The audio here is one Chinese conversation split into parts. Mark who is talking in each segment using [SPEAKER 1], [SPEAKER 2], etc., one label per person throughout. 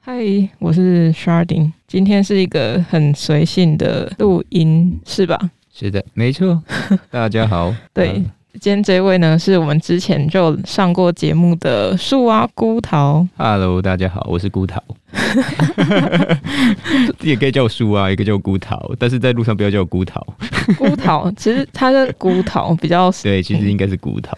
[SPEAKER 1] 嗨，我是 Sharding，今天是一个很随性的录音，是吧？
[SPEAKER 2] 是的，没错。大家好，
[SPEAKER 1] 对，
[SPEAKER 2] 呃
[SPEAKER 1] 今天这位呢，是我们之前就上过节目的树蛙孤桃，
[SPEAKER 2] 啊 Hello，大家好，我是孤桃，也可以叫我树啊，也可以叫我孤桃，但是在路上不要叫我孤桃。
[SPEAKER 1] 孤桃 其实它的孤桃比较
[SPEAKER 2] 对，其实应该是孤桃，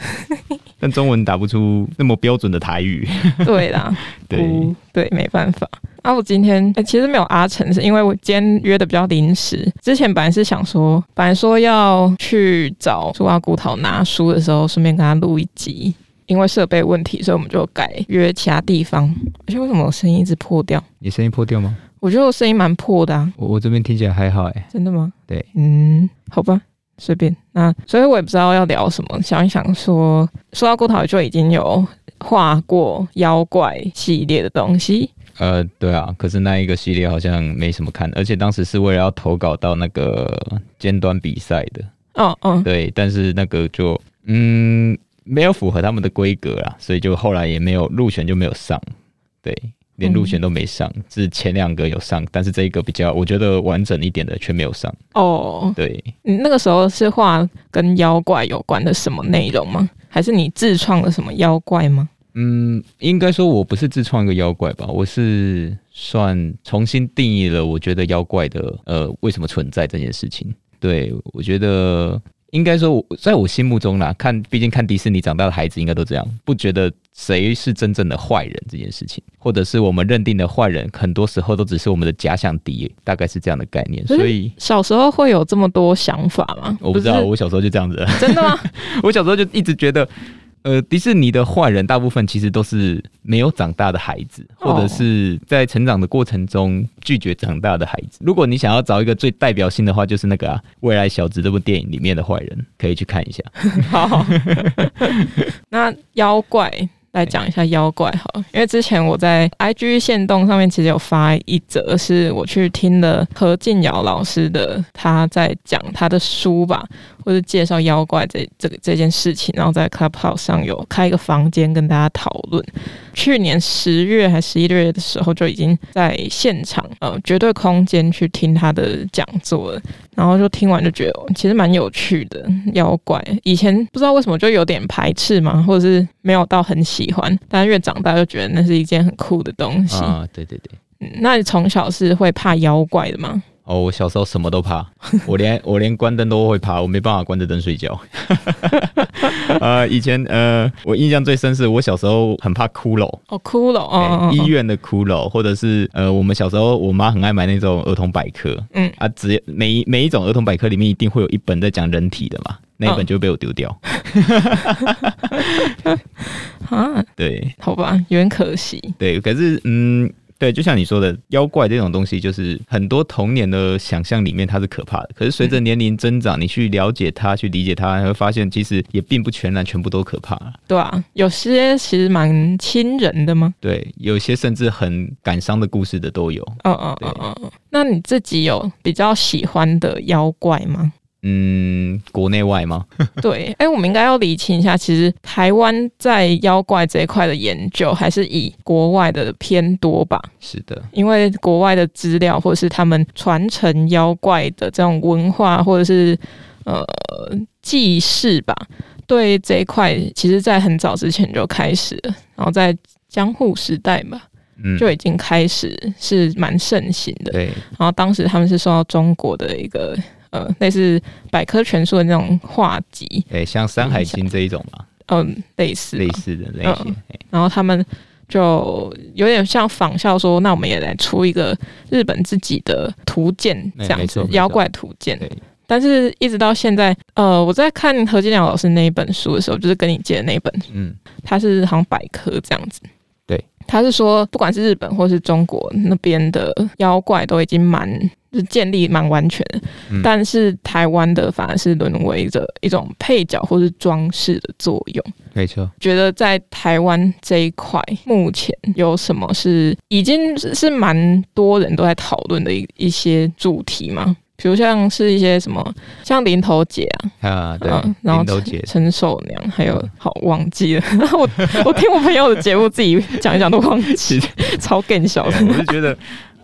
[SPEAKER 2] 但中文打不出那么标准的台语。
[SPEAKER 1] 对啦，
[SPEAKER 2] 对，
[SPEAKER 1] 孤对，没办法。啊，我今天、欸其实没有阿成，是因为我今天约的比较临时。之前本来是想说，本来说要去找树蛙孤桃拿书的时候，顺便跟他录一集。因为设备问题，所以我们就改约其他地方。而且为什么我声音一直破掉？
[SPEAKER 2] 你声音破掉吗？
[SPEAKER 1] 我觉得我声音蛮破的啊，
[SPEAKER 2] 我我这边听起来还好哎、
[SPEAKER 1] 真的吗？
[SPEAKER 2] 对，
[SPEAKER 1] 嗯，好吧，随便。那所以我也不知道要聊什么，想一想说，说到郭桃就已经有画过妖怪系列的东西，
[SPEAKER 2] 呃，对啊，可是那一个系列好像没什么看，而且当时是为了要投稿到那个尖端比赛的，
[SPEAKER 1] 哦哦，
[SPEAKER 2] 对，但是那个就嗯没有符合他们的规格啦，所以就后来也没有入选就没有上，对，连入选都没上，是前两个有上，但是这一个比较我觉得完整一点的却没有上，
[SPEAKER 1] 哦，
[SPEAKER 2] 对，
[SPEAKER 1] 你那个时候是画跟妖怪有关的什么内容吗？还是你自创了什么妖怪吗？
[SPEAKER 2] 嗯，应该说我不是自创一个妖怪吧，我是算重新定义了我觉得妖怪的呃为什么存在这件事情，对我觉得。应该说我，在我心目中啦，看，毕竟看迪士尼长大的孩子应该都这样，不觉得谁是真正的坏人这件事情，或者是我们认定的坏人，很多时候都只是我们的假想敌，大概是这样的概念。
[SPEAKER 1] 可是
[SPEAKER 2] 所以
[SPEAKER 1] 小时候会有这么多想法吗？
[SPEAKER 2] 我不知道，
[SPEAKER 1] 是
[SPEAKER 2] 我小时候就这样子，
[SPEAKER 1] 真 的吗？
[SPEAKER 2] 我小时候就一直觉得，呃，迪士尼的坏人大部分其实都是没有长大的孩子，
[SPEAKER 1] 哦
[SPEAKER 2] 或者是在成长的过程中拒绝长大的孩子。如果你想要找一个最代表性的话，就是那个、啊《未来小子》这部电影里面的坏人，可以去看一下。
[SPEAKER 1] 好，那妖怪来讲一下妖怪好了，因为之前我在 IG 线动上面其实有发一则，是我去听了何静瑶老师的，他在讲他的书吧，或者介绍妖怪这这个这件事情，然后在 Clubhouse 上有开一个房间跟大家讨论。去年十月还十一月的时候就已经在现场呃绝对空间去听他的讲座了，然后就听完就觉得哦其实蛮有趣的妖怪。以前不知道为什么就有点排斥嘛，或者是没有到很喜欢，但越长大就觉得那是一件很酷的东西。
[SPEAKER 2] 啊，对对对。
[SPEAKER 1] 嗯那你从小是会怕妖怪的吗？
[SPEAKER 2] 哦，我小时候什么都怕，我连我连关灯都会怕，我没办法关着灯睡觉。 呃，以前呃，我印象最深是我小时候很怕骷髅，
[SPEAKER 1] 哦，骷髅哦，哦
[SPEAKER 2] 欸医，
[SPEAKER 1] 哦
[SPEAKER 2] 院的骷髅，或者是呃，我们小时候我妈很爱买那种儿童百科
[SPEAKER 1] 嗯，
[SPEAKER 2] 啊，只每一每一种儿童百科里面一定会有一本在讲人体的嘛，那一
[SPEAKER 1] 嗯
[SPEAKER 2] 本就被我丢掉。
[SPEAKER 1] 啊，
[SPEAKER 2] 对
[SPEAKER 1] 好吧，有点可惜。
[SPEAKER 2] 对，可是嗯。对，就像你说的，妖怪这种东西，就是很多童年的想象里面它是可怕的。可是随着年龄增长，你去了解它、去理解它，你会发现其实也并不全然全部都可怕。
[SPEAKER 1] 对啊，有些其实蛮亲人的吗？
[SPEAKER 2] 对，有些甚至很感伤的故事的都有。
[SPEAKER 1] 哦哦哦哦，哦那你自己有比较喜欢的妖怪吗？
[SPEAKER 2] 嗯，国内外吗？
[SPEAKER 1] 对，哎、我们应该要理清一下，其实台湾在妖怪这一块的研究还是以国外的偏多吧，
[SPEAKER 2] 是的，
[SPEAKER 1] 因为国外的资料或者是他们传承妖怪的这种文化或者是呃记事吧，对这一块其实在很早之前就开始了，然后在江户时代吧，
[SPEAKER 2] 嗯，
[SPEAKER 1] 就已经开始是蛮盛行的。
[SPEAKER 2] 对，
[SPEAKER 1] 然后当时他们是受到中国的一个呃类似百科全书的那种画集，
[SPEAKER 2] 对，哎像《山海经》这一种嘛，
[SPEAKER 1] 嗯、类似吧
[SPEAKER 2] 类似的哎类
[SPEAKER 1] 嗯
[SPEAKER 2] 型。嘿
[SPEAKER 1] 然后他们就有点像仿效说，那我们也来出一个日本自己的图鉴这
[SPEAKER 2] 哎
[SPEAKER 1] 样
[SPEAKER 2] 没
[SPEAKER 1] 子
[SPEAKER 2] 错，没错
[SPEAKER 1] 妖怪图鉴。
[SPEAKER 2] 对，
[SPEAKER 1] 但是一直到现在，呃，我在看何金良老师那一本书的时候，就是跟你借的那一本
[SPEAKER 2] 嗯，
[SPEAKER 1] 它是好像百科这样子。
[SPEAKER 2] 对，
[SPEAKER 1] 他是说，不管是日本或是中国那边的妖怪都已经蛮就是建立蛮完全的，
[SPEAKER 2] 嗯
[SPEAKER 1] 但是台湾的反而是沦为着一种配角或是装饰的作用。
[SPEAKER 2] 没错。
[SPEAKER 1] 觉得在台湾这一块，目前有什么是已经是是蛮多人都在讨论的一一些主题吗？比如像是一些什么，像林头姐啊，
[SPEAKER 2] 啊，对
[SPEAKER 1] 嗯，然后
[SPEAKER 2] 林头姐，
[SPEAKER 1] 陈守娘，还有好忘记了。我我听我朋友的节目，自己讲一讲都忘记，超更小的。
[SPEAKER 2] 我是觉得，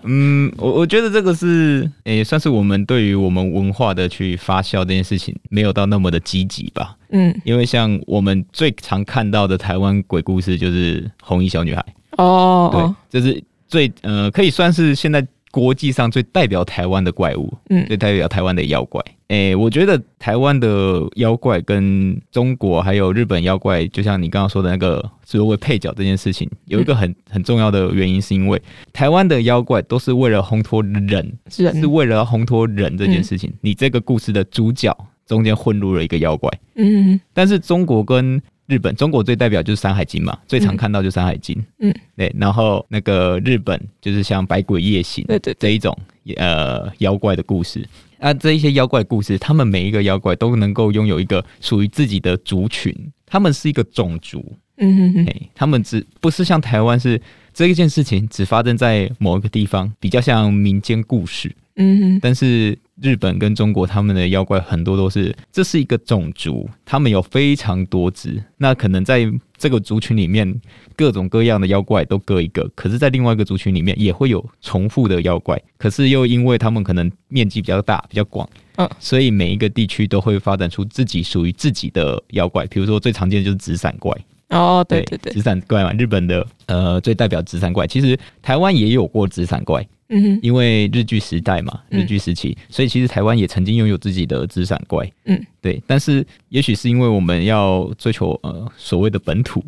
[SPEAKER 2] 嗯，我我觉得这个是，也算是我们对于我们文化的去发酵这件事情，没有到那么的积极吧。
[SPEAKER 1] 嗯，
[SPEAKER 2] 因为像我们最常看到的台湾鬼故事就是红衣小女孩，
[SPEAKER 1] 哦，
[SPEAKER 2] 对，这是最呃可以算是现在国际上最代表台湾的怪物，
[SPEAKER 1] 嗯
[SPEAKER 2] 最代表台湾的妖怪。诶、我觉得台湾的妖怪跟中国还有日本妖怪，就像你刚刚说的那个所谓配角这件事情，有一
[SPEAKER 1] 嗯
[SPEAKER 2] 个很很重要的原因，是因为台湾的妖怪都是为了烘托人，是
[SPEAKER 1] 人，
[SPEAKER 2] 为了要烘托人这件事情。你这个故事的主角中间混入了一个妖怪。
[SPEAKER 1] 嗯
[SPEAKER 2] 但是中国跟日本，中国最代表就是《山海经》嘛，最常
[SPEAKER 1] 嗯
[SPEAKER 2] 看到就是《山海经》。
[SPEAKER 1] 嗯，
[SPEAKER 2] 对。然后那个日本就是像《百鬼夜行》
[SPEAKER 1] 对对
[SPEAKER 2] 这一种呃妖怪的故事。啊，这一些妖怪故事，他们每一个妖怪都能够拥有一个属于自己的族群，他们是一个种族，
[SPEAKER 1] 嗯嗯
[SPEAKER 2] 哎、他们只不是像台湾是这一件事情只发生在某一个地方，比较像民间故事。
[SPEAKER 1] 嗯
[SPEAKER 2] 但是日本跟中国他们的妖怪很多都是，这是一个种族，他们有非常多只。那可能在这个族群里面，各种各样的妖怪都各一个，可是，在另外一个族群里面也会有重复的妖怪，可是又因为他们可能面积比较大、比较广。
[SPEAKER 1] 嗯
[SPEAKER 2] 所以每一个地区都会发展出自己属于自己的妖怪，比如说最常见的就是紫伞怪，
[SPEAKER 1] 嗯，哦，对对对，
[SPEAKER 2] 紫伞怪嘛，日本的呃最代表紫伞怪，其实台湾也有过紫伞怪，
[SPEAKER 1] 嗯
[SPEAKER 2] 因为日据时代嘛，
[SPEAKER 1] 嗯
[SPEAKER 2] 日据时期，所以其实台湾也曾经拥有自己的资产怪，
[SPEAKER 1] 嗯，
[SPEAKER 2] 对。但是也许是因为我们要追求呃所谓的本土，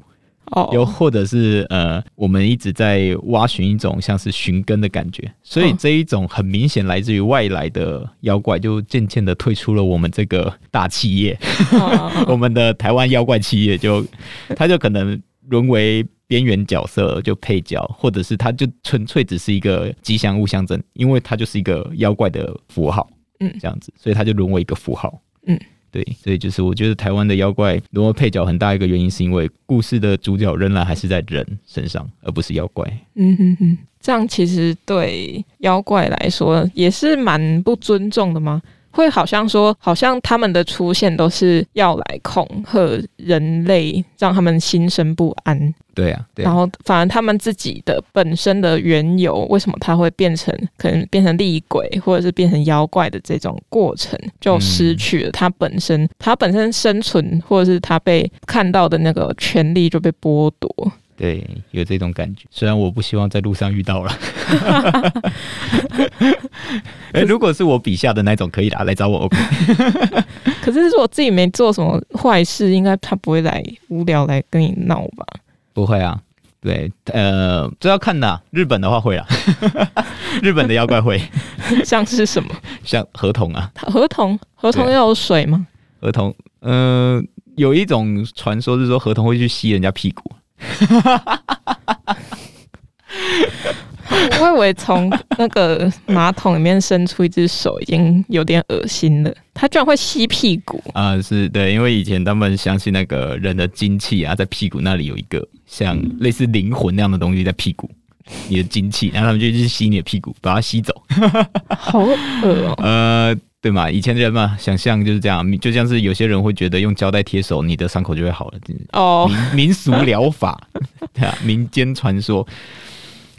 [SPEAKER 2] 又
[SPEAKER 1] 哦，
[SPEAKER 2] 或者是呃我们一直在挖寻一种像是寻根的感觉，所以
[SPEAKER 1] 嗯
[SPEAKER 2] 这一种很明显来自于外来的妖怪，就渐渐的退出了我们这个大企业，我们的台湾妖怪企业就，它就可能沦为边缘角色，就配角，或者是它就纯粹只是一个吉祥物象征，因为它就是一个妖怪的符号，
[SPEAKER 1] 嗯
[SPEAKER 2] 这样子，所以它就沦为一个符号，
[SPEAKER 1] 嗯。
[SPEAKER 2] 对，所以就是我觉得台湾的妖怪沦为配角很大一个原因，是因为故事的主角仍然还是在人身上，而不是妖怪。
[SPEAKER 1] 嗯嗯嗯，这样其实对妖怪来说也是蛮不尊重的吗？会好像说，好像他们的出现都是要来恐吓人类，让他们心生不安。
[SPEAKER 2] 对啊，对
[SPEAKER 1] 然后，反而他们自己的本身的缘由，为什么他会变成可能变成厉鬼，或者是变成妖怪的这种过程，就失去了他本身，他本身生存，或者是他被看到的那个权利就被剥夺。
[SPEAKER 2] 对，有这种感觉。虽然我不希望在路上遇到 了。哎、如果是我笔下的那种，可以啦，来找我 OK。
[SPEAKER 1] 可是如果自己没做什么坏事，应该他不会来无聊来跟你闹吧？
[SPEAKER 2] 不会啊，对，呃，这要看的啊。日本的话会 啦，日本的妖怪会，
[SPEAKER 1] 像是什么
[SPEAKER 2] 像合同啊，
[SPEAKER 1] 合同？合同
[SPEAKER 2] 对
[SPEAKER 1] 要有水吗？
[SPEAKER 2] 合同，呃，有一种传说是说合同会去吸人家屁股，
[SPEAKER 1] 我以为从那个马桶里面伸出一只手已经有点恶心了，它居然会吸屁股。
[SPEAKER 2] 啊、是对，因为以前他们相信那个人的精气啊，在屁股那里有一个像类似灵魂那样的东西在屁股，你的精气，然后他们就去吸你的屁股，把它吸走。
[SPEAKER 1] 好恶哦、
[SPEAKER 2] 呃，对嘛，以前人嘛，想象就是这样，就像是有些人会觉得用胶带贴手，你的伤口就会好了，
[SPEAKER 1] 哦，
[SPEAKER 2] 民民俗疗法， 对啊，民间传说。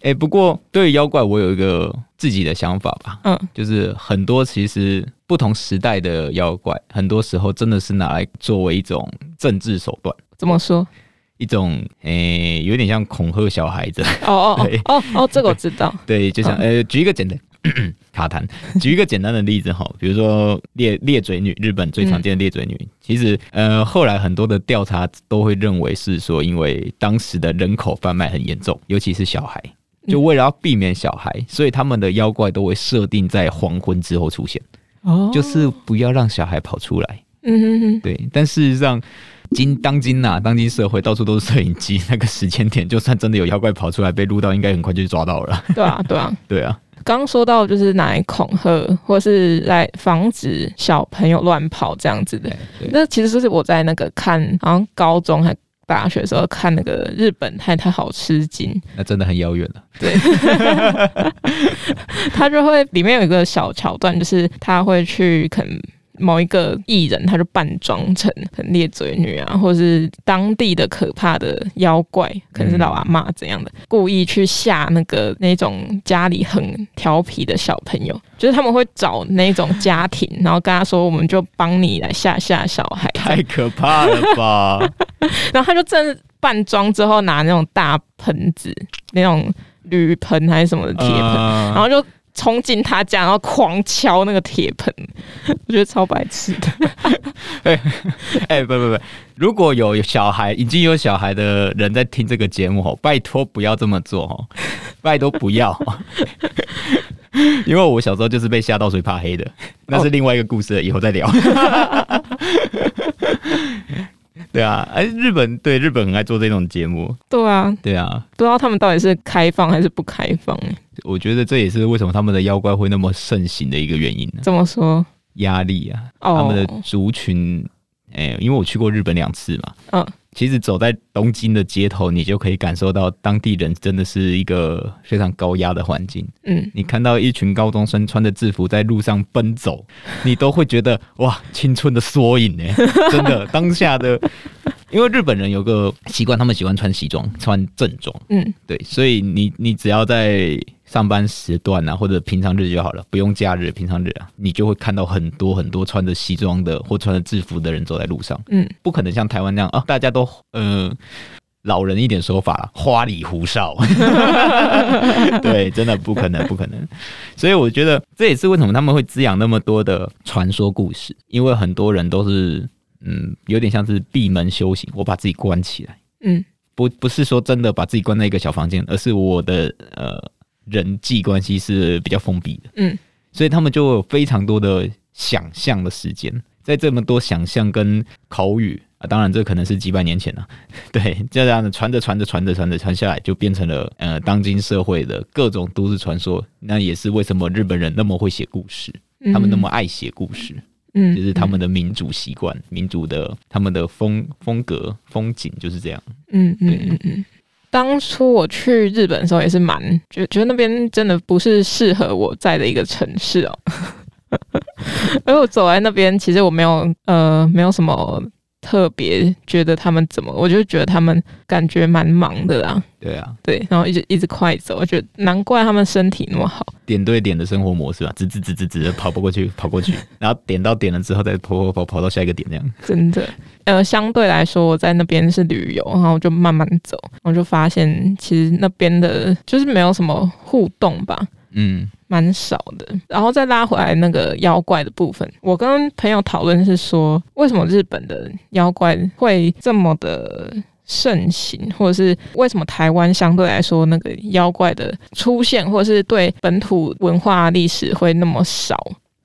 [SPEAKER 2] 哎、不过对于妖怪，我有一个自己的想法吧，
[SPEAKER 1] 嗯
[SPEAKER 2] 就是很多其实不同时代的妖怪，很多时候真的是拿来作为一种政治手段，
[SPEAKER 1] 怎么说？
[SPEAKER 2] 一种诶、有点像恐吓小孩子。
[SPEAKER 1] 哦哦
[SPEAKER 2] 对
[SPEAKER 1] 哦哦哦，这个我知道。
[SPEAKER 2] 对，就像呃，举一个简单 卡痰，举一个简单的例子哈，比如说裂裂嘴女，日本最常见的裂嘴女，其实呃，后来很多的调查都会认为是说，因为当时的人口贩卖很严重，尤其是小孩。就为了要避免小孩，所以他们的妖怪都会设定在黄昏之后出现，
[SPEAKER 1] 哦，
[SPEAKER 2] 就是不要让小孩跑出来。
[SPEAKER 1] 嗯嗯
[SPEAKER 2] 对，但事实上，今当今呐、当今社会到处都是摄影机，那个时间点，就算真的有妖怪跑出来被录到，应该很快就抓到了。
[SPEAKER 1] 嗯，对啊对啊。
[SPEAKER 2] 对啊，
[SPEAKER 1] 刚刚说到就是拿来恐吓，或是来防止小朋友乱跑这样子的
[SPEAKER 2] 对。对
[SPEAKER 1] 那其实就是我在那个看，好像高中还。大学的时候看那个日本太太好吃惊，
[SPEAKER 3] 那真的很遥远了。
[SPEAKER 1] 他就会里面有一个小桥段，就是他会去可能呃某一个艺人，他就扮装成可能裂嘴女啊，或是当地的可怕的妖怪，可能是老阿嬷怎样的，故意去吓那个那种家里很调皮的小朋友，就是他们会找那种家庭，然后跟他说，我们就帮你来吓吓小孩，
[SPEAKER 2] 太可怕了 吧！
[SPEAKER 1] 然后他就真的扮装之后拿那种大盆子，那种铝盆还是什么的铁盆。
[SPEAKER 2] 嗯
[SPEAKER 1] 然后就冲进他家，然后狂敲那个铁盆， 我觉得超白痴的。
[SPEAKER 2] 哎、不不不，如果有小孩已经有小孩的人在听这个节目哦，拜托不要这么做哦，拜托不要， 因为我小时候就是被吓到所以怕黑的，那是另外一个故事了，以后再聊。 对啊，哎，日本对日本很爱做这种节目，
[SPEAKER 1] 对啊，
[SPEAKER 2] 对啊，
[SPEAKER 1] 不知道他们到底是开放还是不开放、欸？
[SPEAKER 2] 我觉得这也是为什么他们的妖怪会那么盛行的一个原因呢、
[SPEAKER 1] 怎么说？
[SPEAKER 2] 压力啊，他
[SPEAKER 1] 哦
[SPEAKER 2] 们，的族群，哎、因为我去过日本两次嘛，
[SPEAKER 1] 嗯，
[SPEAKER 2] 其实走在东京的街头，你就可以感受到当地人真的是一个非常高压的环境。
[SPEAKER 1] 嗯，
[SPEAKER 2] 你看到一群高中生穿着制服在路上奔走，你都会觉得哇，青春的缩影呢，真的当下的。因为日本人有个习惯，他们喜欢穿西装，穿正装，
[SPEAKER 1] 嗯，
[SPEAKER 2] 对，所以你你只要在上班时段啊，或者平常日就好了，不用假日，平常日啊，你就会看到很多很多穿着西装的或穿着制服的人走在路上。
[SPEAKER 1] 嗯，
[SPEAKER 2] 不可能像台湾那样啊，大家都呃老人一点说法啦，花里胡哨。对，真的不可能，不可能。所以我觉得这也是为什么他们会滋养那么多的传说故事，因为很多人都是嗯，有点像是闭门修行，我把自己关起来。
[SPEAKER 1] 嗯，
[SPEAKER 2] 不不是说真的把自己关在一个小房间，而是我的呃人际关系是比较封闭的。
[SPEAKER 1] 嗯，
[SPEAKER 2] 所以他们就有非常多的想象的时间，在这么多想象跟口语啊，当然这可能是几百年前了、啊 对，就这样子传着传着传着传着传下来，就变成了呃当今社会的各种都市传说。那也是为什么日本人那么会写故事，
[SPEAKER 1] 嗯
[SPEAKER 2] 他们那么，爱写故事，
[SPEAKER 1] 嗯
[SPEAKER 2] 就是他们，的民族习惯、民族的他们的风风格、风景就是这样。
[SPEAKER 1] 嗯嗯
[SPEAKER 2] 对
[SPEAKER 1] 嗯嗯嗯。当初我去日本的时候也是蛮觉觉得那边真的不是适合我在的一个城市哦， 而我走在那边，其实我没有呃没有什么特别觉得他们怎么，我就觉得他们感觉蛮忙的啦，
[SPEAKER 2] 对啊，
[SPEAKER 1] 对，然后一直一直快走，我觉得难怪他们身体那么好。
[SPEAKER 2] 点对点的生活模式啊，直直直直直地跑不过去， 跑过去，然后点到点了之后再跑跑跑跑到下一个点这样。
[SPEAKER 1] 真的，呃，相对来说，我在那边是旅游，然后我就慢慢走，我就发现其实那边的就是没有什么互动吧，
[SPEAKER 2] 嗯，
[SPEAKER 1] 蛮少的。然后再拉回来那个妖怪的部分，我跟朋友讨论是说，为什么日本的妖怪会这么的盛行，或者是为什么台湾相对来说那个妖怪的出现，或者是对本土文化历史会那么少？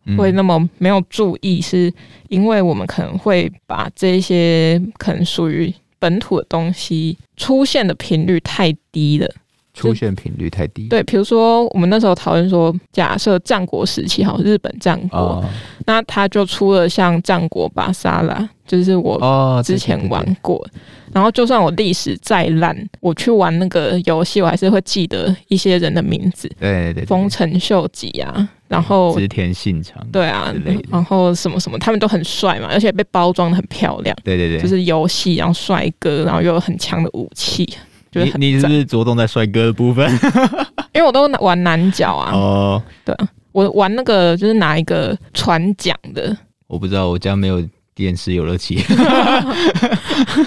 [SPEAKER 2] 嗯
[SPEAKER 1] 会那么没有注意，是因为我们可能会把这些可能属于本土的东西出现的频率太低了。
[SPEAKER 3] 出现频率太低。
[SPEAKER 1] 对，比如说我们那时候讨论说，假设战国时期好，日本战国，
[SPEAKER 3] 哦
[SPEAKER 1] 那他就出了像《战国巴沙拉》，就是我
[SPEAKER 3] 哦，
[SPEAKER 1] 之前玩过。然后，就算我历史再烂，我去玩那个游戏，我还是会记得一些人的名字，
[SPEAKER 3] 对对对
[SPEAKER 1] 丰臣秀吉啊，然后
[SPEAKER 2] 织田信长。
[SPEAKER 1] 对啊
[SPEAKER 2] 之类的，
[SPEAKER 1] 然后什么什么，他们都很帅嘛，而且被包装的很漂亮，
[SPEAKER 2] 对对对，
[SPEAKER 1] 就是游戏，然后帅哥，然后又有很强的武器，就是很
[SPEAKER 2] 你你是
[SPEAKER 1] 赞
[SPEAKER 2] 不是着重在帅哥的部分？
[SPEAKER 1] 因为我都玩男角 啊，
[SPEAKER 2] 哦，
[SPEAKER 1] 我玩那个就是拿一个船桨的，
[SPEAKER 2] 我不知道，我家没有电视游乐器。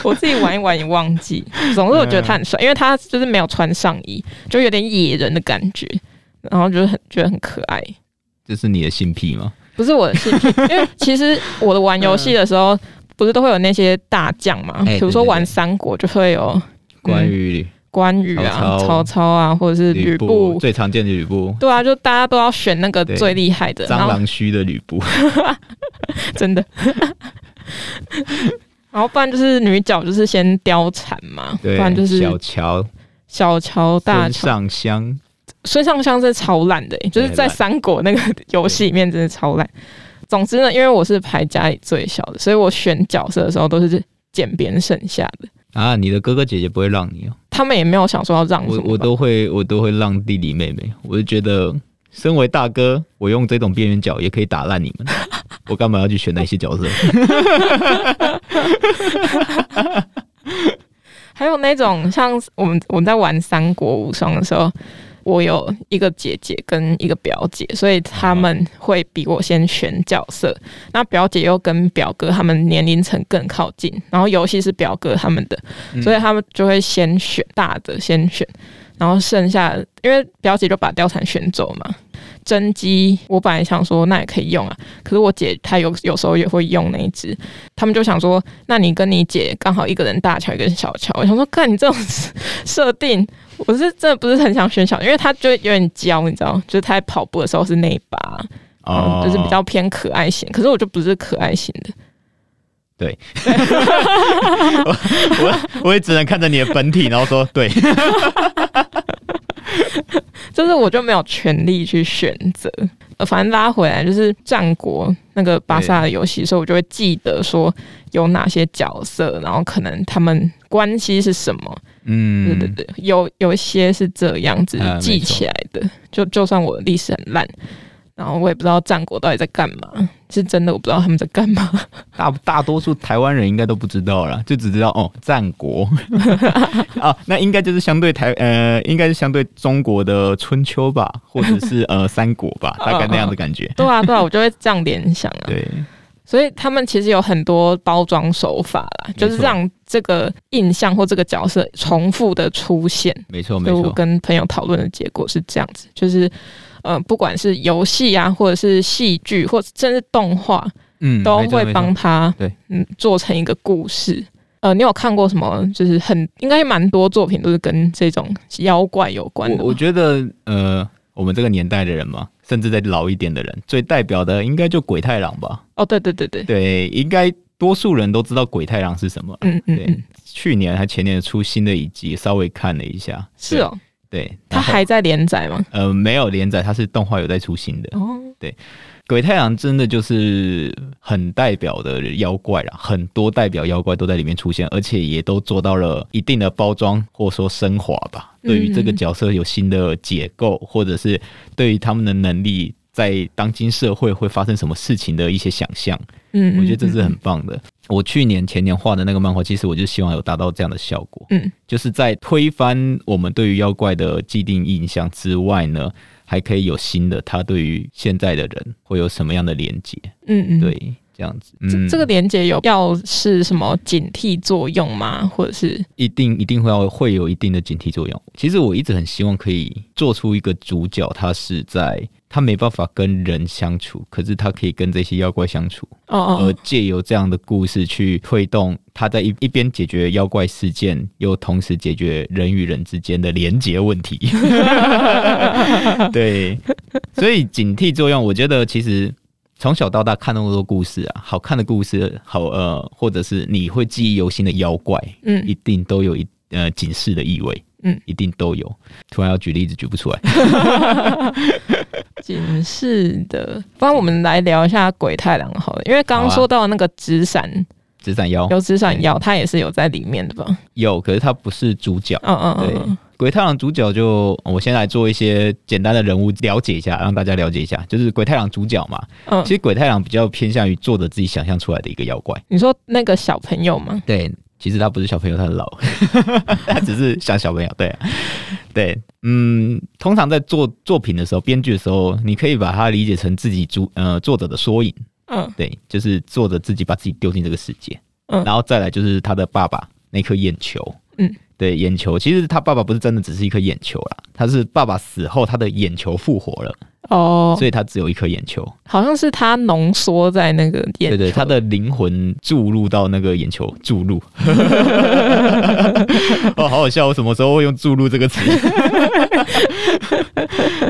[SPEAKER 1] 我自己玩一玩也忘记。总之我觉得他很
[SPEAKER 2] 嗯
[SPEAKER 1] 帅，因为他就是没有穿上衣，就有点野人的感觉，然后就是很觉得很可爱。
[SPEAKER 2] 这是你的性癖吗？
[SPEAKER 1] 不是我的兴趣， 因为其实我的玩游戏的时候，不是都会有那些大将嘛，
[SPEAKER 2] 哎
[SPEAKER 1] 比如说
[SPEAKER 2] 对对对
[SPEAKER 1] 玩三国就会有
[SPEAKER 2] 关
[SPEAKER 1] 于。
[SPEAKER 2] 于
[SPEAKER 1] 关羽啊、
[SPEAKER 2] 曹操
[SPEAKER 1] 曹操啊，或者是
[SPEAKER 2] 吕
[SPEAKER 1] 吕
[SPEAKER 2] 布
[SPEAKER 1] 布，
[SPEAKER 2] 最常见的吕布，
[SPEAKER 1] 对啊，就大家都要选那个
[SPEAKER 2] 对
[SPEAKER 1] 最厉害的，然
[SPEAKER 2] 蟑
[SPEAKER 1] 后
[SPEAKER 2] 螂须的吕布。
[SPEAKER 1] 真的， 然后不然就是女角就是先貂蝉嘛，不
[SPEAKER 2] 对，
[SPEAKER 1] 然就是
[SPEAKER 2] 小乔、
[SPEAKER 1] 小乔、大
[SPEAKER 2] 孙
[SPEAKER 1] 乔。
[SPEAKER 2] 尚香。
[SPEAKER 1] 孙尚香是超烂的、欸就是在三国那个游戏里面真的超烂。总之呢，因为我是排家里最小的，所以我选角色的时候都是渐变剩下的。
[SPEAKER 2] 啊，你的哥哥姐姐不会让你哦，
[SPEAKER 1] 他们也没有想说要让什
[SPEAKER 2] 我
[SPEAKER 1] 么吧
[SPEAKER 2] 我都会我都会让弟弟妹妹，我就觉得身为大哥，我用这种边缘角也可以打烂你 们，我干嘛要去选那些角色？
[SPEAKER 1] 还有那种像我们我们在玩三国无双的时候，我有一个姐姐跟一个表姐，所以他们会比我先选角色。那表姐又跟表哥他们年龄层更靠近，然后游戏是表哥他们的，所以他们就会先选大的，先选，然后剩下的因为表姐就把貂蝉选走嘛。真机，我本来想说那也可以用啊，可是我姐她有有时候也会用那一只，他们就想说，那你跟你姐刚好一个人大乔，一个人小乔。我想说，看你这种设定，我是真的不是很想选小，因为他就有点娇，你知道，就是他在跑步的时候是那一把，
[SPEAKER 2] 哦
[SPEAKER 1] 嗯，就是比较偏可爱型。可是我就不是可爱型的，
[SPEAKER 2] 我我也只能看着你的本体，然后说对，
[SPEAKER 1] 就是我就没有权利去选择。呃反正拉回来就是战国那个巴萨的游戏，所以我就会记得说有哪些角色，然后可能他们关系是什么，对对
[SPEAKER 2] 嗯，
[SPEAKER 1] 对，有有一些是这样子
[SPEAKER 2] 啊没
[SPEAKER 1] 记起来的，就就算我的历史很烂，然后我也不知道战国到底在干嘛，是真的我不知道他们在干嘛。
[SPEAKER 2] 大大多数台湾人应该都不知道啦，就只知道哦，战国 啊，那应该就是相对台呃，应该是相对中国的春秋吧，或者是呃三国 吧，大概那样的感觉。
[SPEAKER 1] 对啊，对 啊，我就会这样联想啊。
[SPEAKER 2] 对，
[SPEAKER 1] 所以他们其实有很多包装手法啦，就是
[SPEAKER 2] 没错
[SPEAKER 1] 让这个印象或这个角色重复的出现。
[SPEAKER 2] 没错没
[SPEAKER 1] 所以我
[SPEAKER 2] 错，
[SPEAKER 1] 跟朋友讨论的结果是这样子，就是。呃，不管是游戏啊，或者是戏剧，或者甚至动画，
[SPEAKER 2] 嗯
[SPEAKER 1] 都
[SPEAKER 2] 没错
[SPEAKER 1] 会
[SPEAKER 2] 没错
[SPEAKER 1] 帮他
[SPEAKER 2] 对
[SPEAKER 1] 嗯做成一个故事。呃，你有看过什么？就是很应该蛮多作品都是跟这种妖怪有关的吧。
[SPEAKER 2] 我我觉得呃，我们这个年代的人嘛，甚至再老一点的人，最代表的应该就鬼太郎吧？
[SPEAKER 1] 哦，对对对对，
[SPEAKER 2] 对，应该多数人都知道鬼太郎是什么。
[SPEAKER 1] 嗯嗯
[SPEAKER 2] 对
[SPEAKER 1] 嗯，，
[SPEAKER 2] 去年还前年出新的一季，稍微看了一下。
[SPEAKER 1] 是哦，
[SPEAKER 2] 对，对，
[SPEAKER 1] 它
[SPEAKER 2] 然后
[SPEAKER 1] 还在连载吗？
[SPEAKER 2] 呃没有连载，它是动画有在出新的。
[SPEAKER 1] 哦，
[SPEAKER 2] 鬼太郎真的就是很代表的妖怪啦，很多代表妖怪都在里面出现，而且也都做到了一定的包装或说升华吧。
[SPEAKER 1] 嗯
[SPEAKER 2] 对于这个角色有新的解构，或者是对于他们的能力在当今社会会发生什么事情的一些想象，
[SPEAKER 1] 嗯，
[SPEAKER 2] 我觉得这是
[SPEAKER 1] 嗯
[SPEAKER 2] 很棒的。我去年前年画的那个漫画，其实我就希望有达到这样的效果。
[SPEAKER 1] 嗯，
[SPEAKER 2] 就是在推翻我们对于妖怪的既定印象之外呢，还可以有新的，他对于现在的人会有什么样的连接？
[SPEAKER 1] 嗯嗯，嗯。
[SPEAKER 2] 对，这样子，嗯，
[SPEAKER 1] 这这个连接有要是什么警惕作用吗？或者是
[SPEAKER 2] 一定一定会要会有一定的警惕作用。其实我一直很希望可以做出一个主角，他是在他没办法跟人相处，可是他可以跟这些妖怪相处。
[SPEAKER 1] 哦
[SPEAKER 2] 而
[SPEAKER 1] 哦，
[SPEAKER 2] 借由这样的故事去推动他在一一边解决妖怪事件，又同时解决人与人之间的连结问题。 对，所以警惕作用，我觉得其实从小到大看那么多故事啊，好看的故事，好呃，或者是你会记忆犹新的妖怪，
[SPEAKER 1] 嗯
[SPEAKER 2] 一定都有一呃警示的意味。
[SPEAKER 1] 嗯
[SPEAKER 2] 一定都有。突然要举例子举不出来。
[SPEAKER 1] 警示的。不然我们来聊一下鬼太郎好了，因为刚刚
[SPEAKER 2] 好啊哦
[SPEAKER 1] 说到那个纸伞，
[SPEAKER 2] 纸伞妖
[SPEAKER 1] 有纸伞妖，它也是有在里面的吧？
[SPEAKER 2] 有，可是它不是主角。
[SPEAKER 1] 嗯嗯嗯
[SPEAKER 2] 对
[SPEAKER 1] 嗯，，
[SPEAKER 2] 鬼太郎主角就我先来做一些简单的人物了解一下，让大家了解一下，就是鬼太郎主角嘛。
[SPEAKER 1] 嗯
[SPEAKER 2] 其实鬼太郎比较偏向于作者自己想象出来的一个妖怪。
[SPEAKER 1] 你说那个小朋友吗？
[SPEAKER 2] 对，其实他不是小朋友，他很老， 他只是像小朋友。对啊、对，嗯，通常在做作品的时候，编剧的时候，你可以把它理解成自己主呃作者的缩影。
[SPEAKER 1] 嗯
[SPEAKER 2] 对，就是作者自己把自己丢进这个世界，
[SPEAKER 1] 嗯
[SPEAKER 2] 然后再来就是他的爸爸那颗眼球，
[SPEAKER 1] 嗯，
[SPEAKER 2] 对，眼球其实他爸爸不是真的只是一颗眼球啦，他是爸爸死后他的眼球复活了，
[SPEAKER 1] 哦，
[SPEAKER 2] 所以他只有一颗眼球，
[SPEAKER 1] 好像是他浓缩在那个眼
[SPEAKER 2] 对
[SPEAKER 1] 球，
[SPEAKER 2] 对，他的灵魂注入到那个眼球 注入，哦，好好笑，我什么时候会用注入这个词？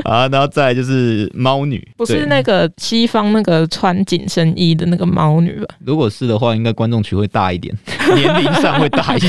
[SPEAKER 2] 啊，然后再来就是猫女，
[SPEAKER 1] 不是
[SPEAKER 2] 对
[SPEAKER 1] 那个西方那个穿紧身衣的那个猫女吧？
[SPEAKER 2] 如果是的话，应该观众群会大一点， 年龄上会大一些。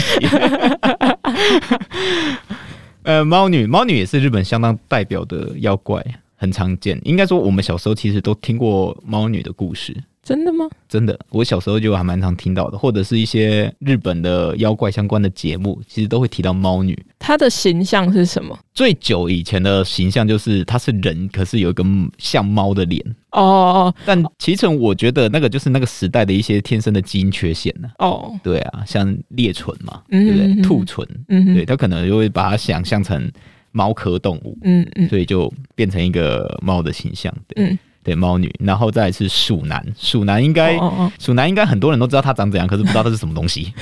[SPEAKER 2] 呃，猫女，猫女也是日本相当代表的妖怪，很常见。应该说，我们小时候其实都听过猫女的故事，
[SPEAKER 1] 真的吗？
[SPEAKER 2] 真的，我小时候就还蛮常听到的，或者是一些日本的妖怪相关的节目，其实都会提到猫女。
[SPEAKER 1] 它的形象是什么？
[SPEAKER 2] 最久以前的形象就是她是人，可是有一个像猫的脸。
[SPEAKER 1] 哦
[SPEAKER 2] 但其实我觉得那个就是那个时代的一些天生的基因缺陷呢、
[SPEAKER 1] 哦哦，
[SPEAKER 2] 对啊，像裂唇嘛，
[SPEAKER 1] 嗯
[SPEAKER 2] 对
[SPEAKER 1] 嗯
[SPEAKER 2] 不
[SPEAKER 1] 嗯
[SPEAKER 2] 对？兔唇，
[SPEAKER 1] 嗯哼
[SPEAKER 2] 对，他可能就会把它想象成猫科动物，
[SPEAKER 1] 嗯嗯
[SPEAKER 2] 所以就变成一个猫的形象。对，
[SPEAKER 1] 嗯，
[SPEAKER 2] 对，猫女，然后再来是鼠男，鼠男应该
[SPEAKER 1] 哦哦
[SPEAKER 2] 鼠男应该很多人都知道它长怎样，可是不知道它是什么 东西。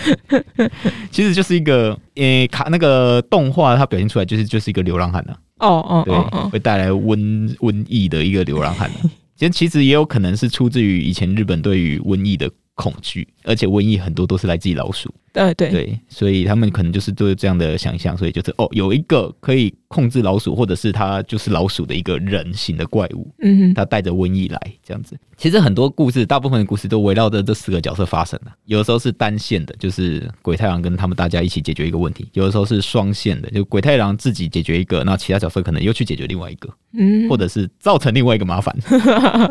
[SPEAKER 2] 其实就是一个，诶、卡那个动画它表现出来就是就是一个流浪汉啊，
[SPEAKER 1] 哦哦
[SPEAKER 2] 对，
[SPEAKER 1] 哦哦，
[SPEAKER 2] 会带来瘟瘟疫的一个流浪汉 啊。其实其实也有可能是出自于以前日本对于瘟疫的恐惧，而且瘟疫很多都是来自于老鼠，
[SPEAKER 1] 对对
[SPEAKER 2] 对，所以他们可能就是对这样的想象，所以就是哦，有一个可以控制老鼠，或者是它就是老鼠的一个人形的怪物，
[SPEAKER 1] 嗯哼
[SPEAKER 2] 他带着瘟疫来这样子。其实很多故事，大部分的故事都围绕着这四个角色发生的。啊有的时候是单线的，就是鬼太郎跟他们大家一起解决一个问题；有的时候是双线的，就鬼太郎自己解决一个，那其他角色可能又去解决另外一个，
[SPEAKER 1] 嗯，
[SPEAKER 2] 或者是造成另外一 个麻烦。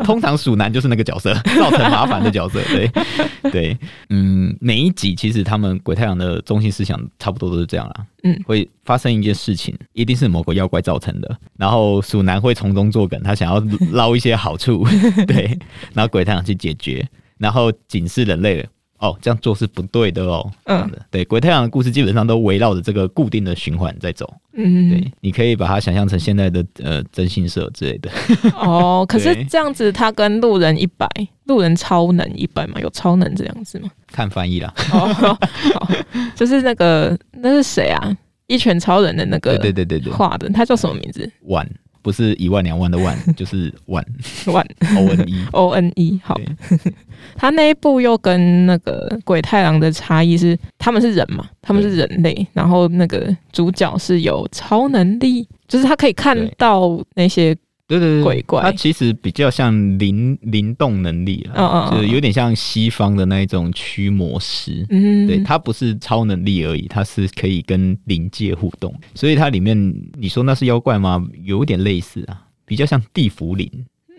[SPEAKER 2] 通常鼠男就是那个角色，造成麻烦的角色。对对，嗯，每一集其实他们鬼太郎的中心思想差不多都是这样啦。
[SPEAKER 1] 嗯
[SPEAKER 2] 会发生一件事情，一定是某个妖怪造成的，然后鼠男会从中作梗，他想要捞一些好 处，对，然后鬼太郎去解决，然后警示人类了。哦，这样做是不对的哦。
[SPEAKER 1] 嗯
[SPEAKER 2] 这样的，对，鬼太郎的故事基本上都围绕着这个固定的循环在走。
[SPEAKER 1] 嗯
[SPEAKER 2] 对，你可以把它想象成现在的呃征信社之类的。
[SPEAKER 1] 哦，可是
[SPEAKER 2] 对
[SPEAKER 1] 这样子，他跟路人一百，路人超能一百嘛，有超能这样 子吗？
[SPEAKER 2] 看翻 译啦，
[SPEAKER 1] 哦，好就是那个那是谁啊？一拳超人的那个
[SPEAKER 2] 对对对对对，
[SPEAKER 1] 画的，他叫什么名字？
[SPEAKER 2] 万不是一万两万的 万，就是万
[SPEAKER 1] 万
[SPEAKER 2] O N E。
[SPEAKER 1] O N E 好
[SPEAKER 2] 对，
[SPEAKER 1] 他那一部又跟那个鬼太郎的差异是，他们是人嘛，他们是人类，然后那个主角是有超能力，就是他可以看
[SPEAKER 2] 对
[SPEAKER 1] 到那些
[SPEAKER 2] 对对对，
[SPEAKER 1] 鬼怪
[SPEAKER 2] 它其实比较像灵灵动能力啦，
[SPEAKER 1] 嗯嗯嗯
[SPEAKER 2] 就是有点像西方的那一种驱魔师。
[SPEAKER 1] 嗯，
[SPEAKER 2] 对，它不是超能力而已，它是可以跟灵界互动，所以它里面你说那是妖怪吗？有点类似啊，比较像地府灵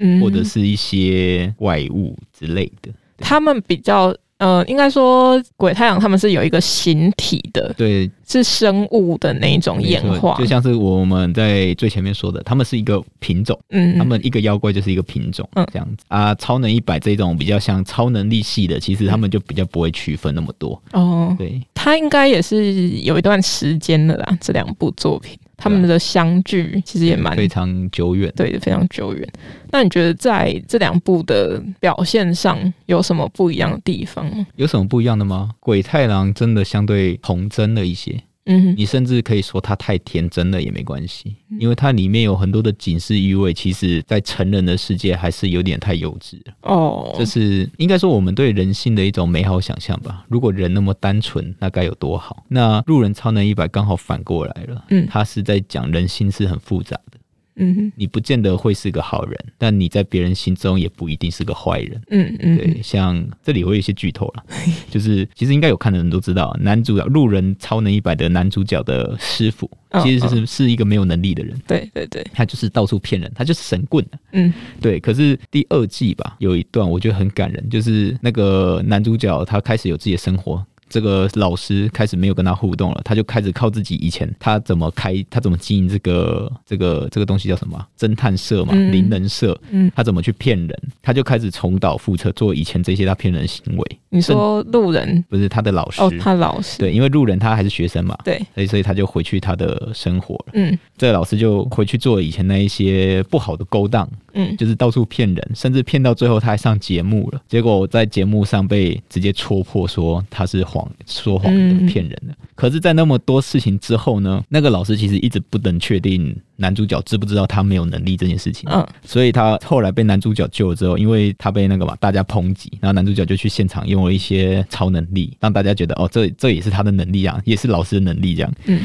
[SPEAKER 1] 嗯，
[SPEAKER 2] 或者是一些怪物之类的。
[SPEAKER 1] 他们比较。呃，应该说鬼太阳他们是有一个形体的，
[SPEAKER 2] 对，
[SPEAKER 1] 是生物的那一种演
[SPEAKER 2] 没错
[SPEAKER 1] 化，
[SPEAKER 2] 就像是我们在最前面说的，他们是一个品种。
[SPEAKER 1] 嗯，
[SPEAKER 2] 他们一个妖怪就是一个品种，
[SPEAKER 1] 嗯
[SPEAKER 2] 这样子啊。超能一百这种比较像超能力系的，其实他们就比较不会区分那么多。
[SPEAKER 1] 哦，
[SPEAKER 2] 对，
[SPEAKER 1] 他应该也是有一段时间了啦，这两部作品他们的相距其实也蛮
[SPEAKER 2] 非常久远。
[SPEAKER 1] 对非常久远。那你觉得在这两部的表现上有什么不一样的地方吗？
[SPEAKER 2] 有什么不一样的吗？鬼太郎真的相对童真了一些，
[SPEAKER 1] 嗯
[SPEAKER 2] 你甚至可以说他太天真了也没关系，因为它里面有很多的警示意味，其实在成人的世界还是有点太幼稚了。
[SPEAKER 1] 哦，
[SPEAKER 2] 这是应该说我们对人性的一种美好想象吧。如果人那么单纯，那该有多好？那路人超能一百刚好反过来了，
[SPEAKER 1] 嗯
[SPEAKER 2] 他是在讲人性是很复杂的，
[SPEAKER 1] 嗯哼
[SPEAKER 2] 你不见得会是个好人，但你在别人心中也不一定是个坏人。
[SPEAKER 1] 嗯嗯，
[SPEAKER 2] 对，像这里会有一些剧透 了，就是其实应该有看的人都知道，男主角路人超能一百的男主角的师傅，
[SPEAKER 1] 嗯
[SPEAKER 2] 其实是是一个没有能力的人，
[SPEAKER 1] 对对对，
[SPEAKER 2] 他就是到处骗人，他就是神棍、啊。
[SPEAKER 1] 嗯
[SPEAKER 2] 对，可是第二季吧，有一段我觉得很感人，就是那个男主角他开始有自己的生活。这个老师开始没有跟他互动了，他就开始靠自己以前他怎么开，他怎么经营这个这个这个东西叫什么啊侦探社嘛，
[SPEAKER 1] 嗯
[SPEAKER 2] 灵人社，
[SPEAKER 1] 嗯，
[SPEAKER 2] 他怎么去骗人，他就开始重蹈覆辙，做以前这些他骗人的行为，
[SPEAKER 1] 你说路人
[SPEAKER 2] 嗯不是他的老师，
[SPEAKER 1] 哦，他老师
[SPEAKER 2] 对，因为路人他还是学生嘛，
[SPEAKER 1] 对，
[SPEAKER 2] 所以所以他就回去他的生活了，
[SPEAKER 1] 嗯
[SPEAKER 2] 这个老师就回去做以前那一些不好的勾当，
[SPEAKER 1] 嗯，
[SPEAKER 2] 就是到处骗人，甚至骗到最后他还上节目了，结果我在节目上被直接戳破说他是谎说谎
[SPEAKER 1] 嗯
[SPEAKER 2] 的骗人的。可是，在那么多事情之后呢，那个老师其实一直不能确定男主角知不知道他没有能力这件事情，
[SPEAKER 1] 嗯
[SPEAKER 2] 所以他后来被男主角救了之后，因为他被那个嘛大家抨击，然后男主角就去现场用了一些超能力，让大家觉得哦，这这也是他的能力啊，也是老师的能力这样。
[SPEAKER 1] 嗯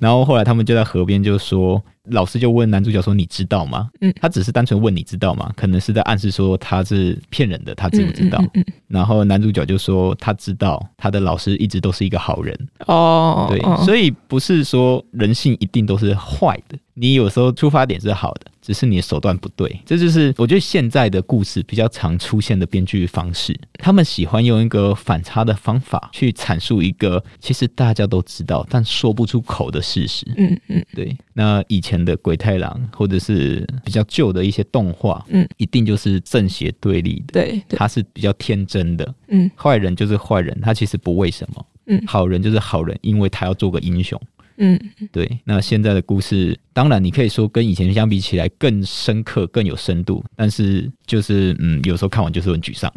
[SPEAKER 2] 然后后来他们就在河边就说，老师就问男主角说：“你知道吗？”
[SPEAKER 1] 嗯
[SPEAKER 2] 他只是单纯问你知道吗？可能是在暗示说他是骗人的，他知不知道？
[SPEAKER 1] 嗯嗯嗯
[SPEAKER 2] 然后男主角就说他知道，他的老师一直都是一个好人，
[SPEAKER 1] 哦，
[SPEAKER 2] 对，
[SPEAKER 1] 哦
[SPEAKER 2] 所以不是说人性一定都是坏的，你有时候出发点是好的，只是你的手段不对。这就是我觉得现在的故事比较常出现的编剧方式，他们喜欢用一个反差的方法去阐述一个其实大家都知道但说不出口的事实。
[SPEAKER 1] 嗯嗯
[SPEAKER 2] 对，那以前的鬼太郎或者是比较旧的一些动画，
[SPEAKER 1] 嗯，
[SPEAKER 2] 一定就是正邪对立的，
[SPEAKER 1] 对对，
[SPEAKER 2] 他是比较天真的，
[SPEAKER 1] 嗯
[SPEAKER 2] 坏人就是坏人，他其实不为什么，
[SPEAKER 1] 嗯
[SPEAKER 2] 好人就是好人，因为他要做个英雄。
[SPEAKER 1] 嗯
[SPEAKER 2] 对，那现在的故事，当然你可以说跟以前相比起来更深刻、更有深度，但是就是嗯，有时候看完就是很沮丧。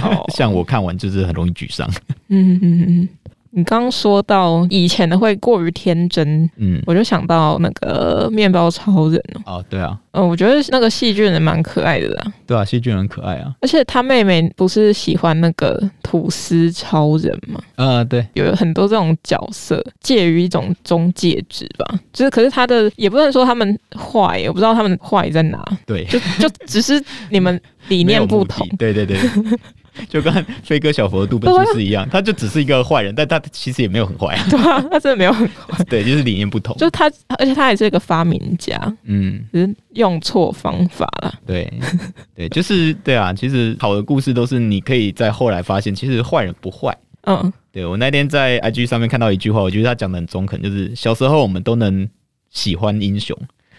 [SPEAKER 1] 好
[SPEAKER 2] 像我看完就是很容易沮丧。
[SPEAKER 1] 嗯嗯嗯嗯。你刚刚说到以前的会过于天真，
[SPEAKER 2] 嗯，
[SPEAKER 1] 我就想到那个面包超人哦，
[SPEAKER 2] 哦，对啊，
[SPEAKER 1] 呃，我觉得那个戏剧人蛮可爱的啦，
[SPEAKER 2] 对啊，细菌很可爱啊。
[SPEAKER 1] 而且他妹妹不是喜欢那个吐司超人吗？
[SPEAKER 2] 呃，对，
[SPEAKER 1] 有很多这种角色，介于一种中介值吧，就是可是他的也不能说他们坏，我不知道他们坏在哪，
[SPEAKER 2] 对，
[SPEAKER 1] 就就只是你们理
[SPEAKER 2] 没有
[SPEAKER 1] 念
[SPEAKER 2] 目
[SPEAKER 1] 不
[SPEAKER 2] 的
[SPEAKER 1] 同，
[SPEAKER 2] 对对 对。就跟飞哥小佛的杜本斯是一样，他就只是一个坏人，但他其实也没有很坏啊。
[SPEAKER 1] 对啊，他真的 没有很，
[SPEAKER 2] 对，就是理念不同。
[SPEAKER 1] 就他，而且他也是一个发明家，
[SPEAKER 2] 嗯，
[SPEAKER 1] 只是用错方法了。
[SPEAKER 2] 对，对，就是对啊。其实好的故事都是你可以在后来发现，其实坏人不坏。
[SPEAKER 1] 嗯
[SPEAKER 2] 对我那天在 IG 上面看到一句话，我觉得他讲的很中肯，就是小时候我们都能喜欢英雄，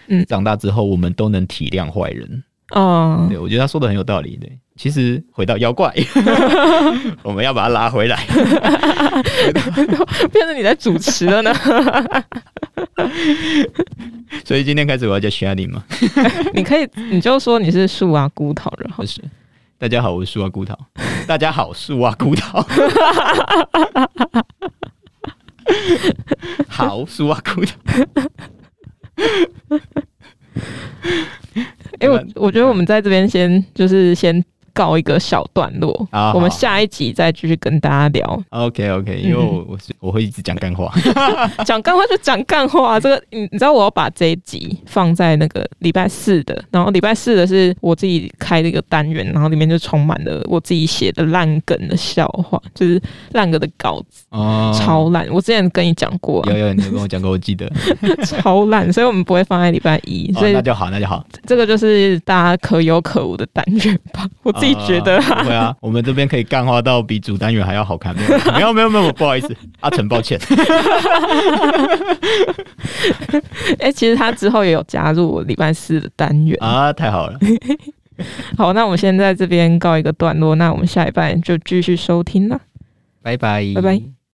[SPEAKER 1] 嗯
[SPEAKER 2] 长大之后我们都能体谅坏人。
[SPEAKER 1] 嗯
[SPEAKER 2] 对我觉得他说的很有道理。对，其实回到妖怪， 我们要把它拉回来。
[SPEAKER 1] 变成你在主持了呢？
[SPEAKER 2] 所以今天开始我要叫 s h a d y 嘛，
[SPEAKER 1] 你可以，你就说你是树啊孤桃人好
[SPEAKER 2] 就。是大家好，我是树蛙孤桃。大家好，树蛙 孤桃。好，树蛙孤桃。
[SPEAKER 1] 哎、我我觉得我们在这边先就是先告一个小段落，
[SPEAKER 2] 啊
[SPEAKER 1] 我们
[SPEAKER 2] 好
[SPEAKER 1] 下一集再继续跟大家聊。
[SPEAKER 2] OK
[SPEAKER 1] 嗯
[SPEAKER 2] OK，因为我我是我会一直讲干话。
[SPEAKER 1] 讲干话就讲干话、这个你你知道我要把这一集放在那个礼拜四的，然后礼拜四的是我自己开的一个单元，然后里面就充满了我自己写的烂梗的笑话，就是烂梗的稿子，
[SPEAKER 2] 哦
[SPEAKER 1] 超烂。我之前跟你讲过、啊
[SPEAKER 2] 有，有，你有跟我讲过，我记得。
[SPEAKER 1] 超烂，所以我们不会放在礼拜一，
[SPEAKER 2] 哦
[SPEAKER 1] 所，以
[SPEAKER 2] 那就好，那就好。
[SPEAKER 1] 这个就是大家可有可无的单元吧。我自己觉得、
[SPEAKER 2] 啊不会啊，我们这边可以干化到比主单元还要好看。没有，没有，没有，没有，不好意思，阿成，抱歉。
[SPEAKER 1] 哎、其实他之后也有加入我礼拜四的单元。
[SPEAKER 2] 啊，太好了，
[SPEAKER 1] 好，那我们先在这边告一个段落，那我们下一拜就继续收听啦，
[SPEAKER 2] 拜拜，
[SPEAKER 1] 拜拜。